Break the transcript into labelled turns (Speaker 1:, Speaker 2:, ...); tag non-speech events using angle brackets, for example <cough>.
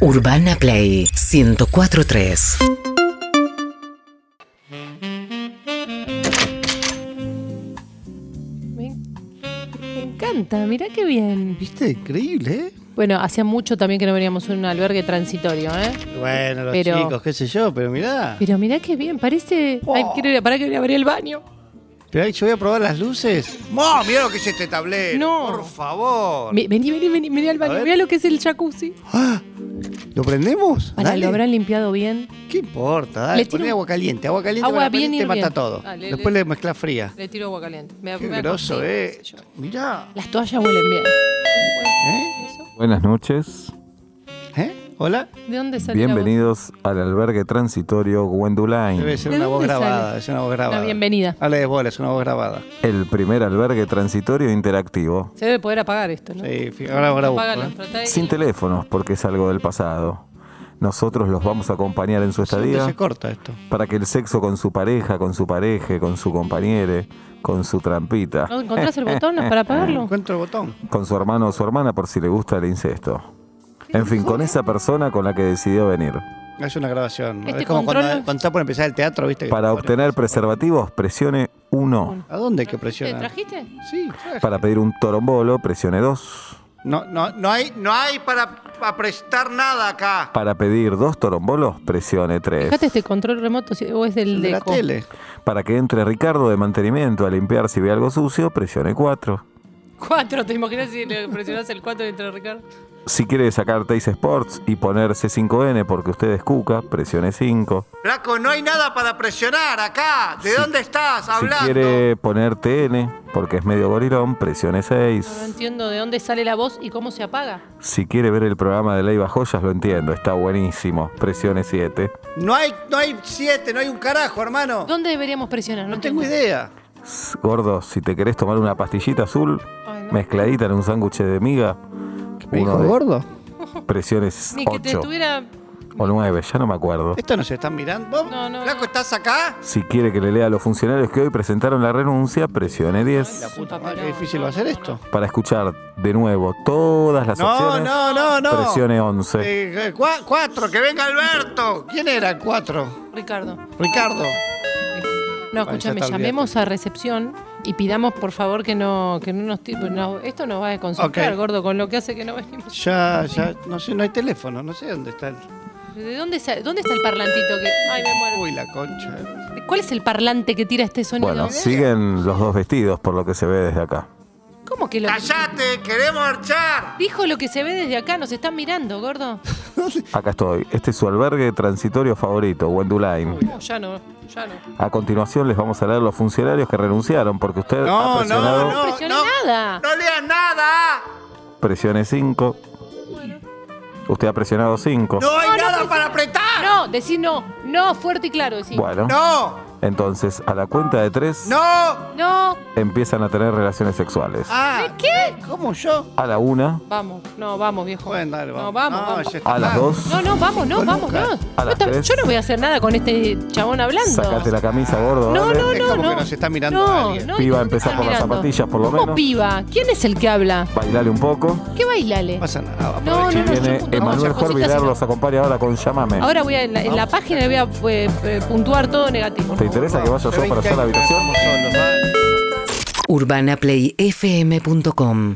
Speaker 1: Urbana Play 1043.
Speaker 2: Me, me encanta, mirá qué bien.
Speaker 3: ¿Viste? Increíble, ¿eh?
Speaker 2: Bueno, hacía mucho también que no veníamos a un albergue transitorio, ¿eh?
Speaker 3: Bueno, los
Speaker 2: Pero-
Speaker 3: chicos, qué sé yo, pero mirá.
Speaker 2: Pero mirá qué bien, parece. Ay,
Speaker 3: Oh.
Speaker 2: quiero ir, para que voy a abrir el baño.
Speaker 3: Pero ahí yo voy a probar las luces.
Speaker 4: ¡Mom! Mirá lo que es este
Speaker 3: Eh,
Speaker 4: tablero.
Speaker 2: No.
Speaker 4: Por favor.
Speaker 2: Mi- Vení, vení, vení, vení al baño.
Speaker 3: ver.
Speaker 2: Mirá lo que es el jacuzzi.
Speaker 3: ¡Ah! ¿Lo prendemos?
Speaker 2: Para,
Speaker 3: Dale.
Speaker 2: lo habrán limpiado bien.
Speaker 3: ¿Qué importa? Dale,
Speaker 2: Le tiro
Speaker 3: poné
Speaker 2: un-
Speaker 3: agua caliente. Agua caliente,
Speaker 2: Agua bien
Speaker 3: caliente mata
Speaker 2: hirviendo.
Speaker 3: todo.
Speaker 2: Dale,
Speaker 3: Después
Speaker 2: le-
Speaker 3: le mezclas fría.
Speaker 2: Le tiro agua caliente. Me-
Speaker 3: Qué
Speaker 2: me
Speaker 3: groso,
Speaker 2: acosté,
Speaker 3: ¿eh?
Speaker 2: qué sé yo.
Speaker 3: Mirá.
Speaker 2: Las toallas huelen bien.
Speaker 3: ¿Eh?
Speaker 2: ¿Eso?
Speaker 5: Buenas noches,
Speaker 3: ¿Eh? ¿Hola?
Speaker 2: ¿De dónde salió?
Speaker 5: bienvenidos al albergue transitorio
Speaker 3: Debe
Speaker 5: Gwendulaine,
Speaker 3: ser
Speaker 2: ¿De
Speaker 3: una voz
Speaker 2: dónde
Speaker 3: grabada.
Speaker 2: sale?
Speaker 3: Es una voz grabada.
Speaker 2: bienvenida.
Speaker 3: Habla de bola, es una voz grabada.
Speaker 5: el primer albergue transitorio interactivo,
Speaker 2: Se debe poder apagar esto, ¿no?
Speaker 3: Sí, fí- ahora ahora busco,
Speaker 2: Apágalo,
Speaker 3: ¿eh?
Speaker 2: tratá de-
Speaker 5: sin teléfonos porque es algo del pasado. Nosotros los vamos a acompañar en su
Speaker 3: Siempre
Speaker 5: estadía
Speaker 3: se corta esto.
Speaker 5: para que el sexo con su pareja, con su pareje, con su compañere, con su trampita,
Speaker 2: ¿No encontrás el botón para
Speaker 3: <laughs>
Speaker 2: apagarlo?
Speaker 3: Encuentro el botón.
Speaker 5: con su hermano o su hermana por si le gusta el incesto. En fin, con esa persona con la que decidió venir.
Speaker 3: Es una grabación.
Speaker 2: Este
Speaker 3: es
Speaker 2: control
Speaker 3: como cuando,
Speaker 2: no es-
Speaker 3: cuando está por empezar el teatro, ¿viste? que
Speaker 5: Para
Speaker 3: te ponen-
Speaker 5: obtener preservativos, presione 1.
Speaker 3: ¿A dónde hay que
Speaker 2: ¿Te
Speaker 3: presionar?
Speaker 2: trajiste?
Speaker 3: Sí, traje.
Speaker 5: Para pedir un torombolo, presione 2.
Speaker 3: No, no, no hay,
Speaker 4: No hay para, para prestar nada acá.
Speaker 5: Para pedir dos torombolos, presione 3.
Speaker 2: Fijate este control remoto si- o es del
Speaker 3: de la
Speaker 2: deco.
Speaker 3: tele.
Speaker 5: Para que entre Ricardo de mantenimiento a limpiar si ve algo sucio, presione 4.
Speaker 2: Cuatro, ¿te imaginas si le presionás el cuatro dentro de Ricardo?
Speaker 5: Si quiere sacar Tays Sports y poner C5N porque usted es cuca, presione 5.
Speaker 4: Flaco, no hay nada para presionar acá. ¿De
Speaker 5: Si-
Speaker 4: dónde estás
Speaker 5: Si
Speaker 4: hablando?
Speaker 5: quiere poner TN porque es medio gorilón, presione
Speaker 2: No
Speaker 5: 6.
Speaker 2: entiendo de dónde sale la voz y cómo se apaga.
Speaker 5: Si quiere ver el programa de Leiva Joyas, lo entiendo, está buenísimo, presione 7.
Speaker 3: No hay, no hay siete, no hay un carajo, hermano.
Speaker 2: ¿Dónde deberíamos presionar?
Speaker 3: No tengo idea.
Speaker 5: S- Gordo, si te querés tomar una pastillita azul,
Speaker 2: Ay, no.
Speaker 5: mezcladita en un sándwich de miga,
Speaker 3: ¿Me
Speaker 5: uno
Speaker 3: dijo
Speaker 5: de
Speaker 3: gordo?
Speaker 5: presiones
Speaker 2: Ni que te
Speaker 5: 8
Speaker 2: estuviera.
Speaker 5: o 9, ya no me acuerdo.
Speaker 3: ¿Esto no se están mirando? ¿Vos,
Speaker 2: No, no.
Speaker 3: Flaco, ¿estás acá?
Speaker 5: Si quiere que le lea a los funcionarios que hoy presentaron la renuncia, presione 10.
Speaker 3: Puta
Speaker 2: Papelón,
Speaker 3: madre, qué difícil
Speaker 2: no,
Speaker 3: va a ser
Speaker 2: no,
Speaker 3: esto.
Speaker 5: Para escuchar de nuevo todas las
Speaker 3: No,
Speaker 5: opciones,
Speaker 3: no, no, no.
Speaker 5: presione 11.
Speaker 3: Eh, eh, cua- cuatro, que venga Alberto. ¿Quién era el cuatro?
Speaker 2: no. Ricardo.
Speaker 3: Ricardo.
Speaker 2: No,
Speaker 3: Bueno, ya
Speaker 2: escúchame,
Speaker 3: está,
Speaker 2: llamemos a recepción y pidamos por favor que no, que no nos tiren. no, esto nos va a desconcentrar,
Speaker 3: Ok.
Speaker 2: gordo, con lo que hace que no venimos.
Speaker 3: Ya, ya, no sé, no hay teléfono, no sé dónde está el...
Speaker 2: ¿De dónde, sa- dónde está el parlantito que.? Ay, me muero.
Speaker 3: Uy, la concha.
Speaker 2: ¿Cuál es el parlante que tira este sonido?
Speaker 5: Bueno, siguen los dos vestidos por lo que se ve desde acá.
Speaker 2: ¿Cómo que lo.?
Speaker 4: ¡Cállate! ¡Queremos marchar!
Speaker 2: Dijo lo que se ve desde acá, nos están mirando, gordo.
Speaker 5: Acá estoy. Este es su albergue transitorio favorito, Wendulain.
Speaker 2: No, ya no, ya no.
Speaker 5: A continuación les vamos a leer los funcionarios que renunciaron porque usted
Speaker 3: No,
Speaker 5: ha presionado
Speaker 3: no,
Speaker 2: No presioné
Speaker 3: no.
Speaker 2: nada.
Speaker 4: ¡No leas nada!
Speaker 5: presione 5. Usted ha presionado 5.
Speaker 4: ¡No hay
Speaker 2: No, no
Speaker 4: nada
Speaker 2: presiona-
Speaker 4: para apretar!
Speaker 2: No, decí no. No, fuerte y claro, decí.
Speaker 5: Bueno,
Speaker 4: ¡No!
Speaker 5: entonces a la cuenta de 3
Speaker 4: ¡No!
Speaker 2: No,
Speaker 5: empiezan a tener relaciones sexuales.
Speaker 3: Ah,
Speaker 2: ¿qué?
Speaker 3: ¿cómo yo?
Speaker 5: A la 1,
Speaker 2: Vamos, no, vamos, viejo.
Speaker 3: Bueno, dale, vamos.
Speaker 2: No, vamos,
Speaker 3: No,
Speaker 2: vamos.
Speaker 3: ya está
Speaker 5: a las
Speaker 3: mal.
Speaker 5: 2.
Speaker 2: Ah. No, no, vamos, no, vamos, no.
Speaker 5: A
Speaker 2: No
Speaker 5: las
Speaker 2: tam-
Speaker 5: tres.
Speaker 2: yo no voy a hacer nada con este chabón hablando.
Speaker 5: Sacate la camisa, gordo.
Speaker 2: No,
Speaker 5: dale.
Speaker 2: no,
Speaker 3: Es
Speaker 2: no,
Speaker 3: como
Speaker 2: no.
Speaker 3: que nos está mirando
Speaker 2: no,
Speaker 3: alguien.
Speaker 2: no,
Speaker 5: Piba,
Speaker 2: no,
Speaker 5: empezá
Speaker 2: no,
Speaker 5: por las
Speaker 2: no.
Speaker 5: zapatillas, por lo
Speaker 2: ¿Cómo
Speaker 5: menos?
Speaker 2: piba? ¿Quién es el que habla?
Speaker 5: Bailale un poco.
Speaker 2: ¿Qué bailale?
Speaker 3: No pasa nada.
Speaker 2: No, no, no.
Speaker 5: Viene
Speaker 2: yo punto- vamos a
Speaker 5: Emanuel
Speaker 2: hacer
Speaker 5: Jorvilar,
Speaker 2: cositas y-
Speaker 5: los acompaña ahora con Llámame.
Speaker 2: Ahora voy a, en la, en la página le voy a eh, eh, puntuar todo negativo.
Speaker 5: ¿Te interesa que vaya yo para allá a la habitación?
Speaker 1: UrbanaPlayFM.com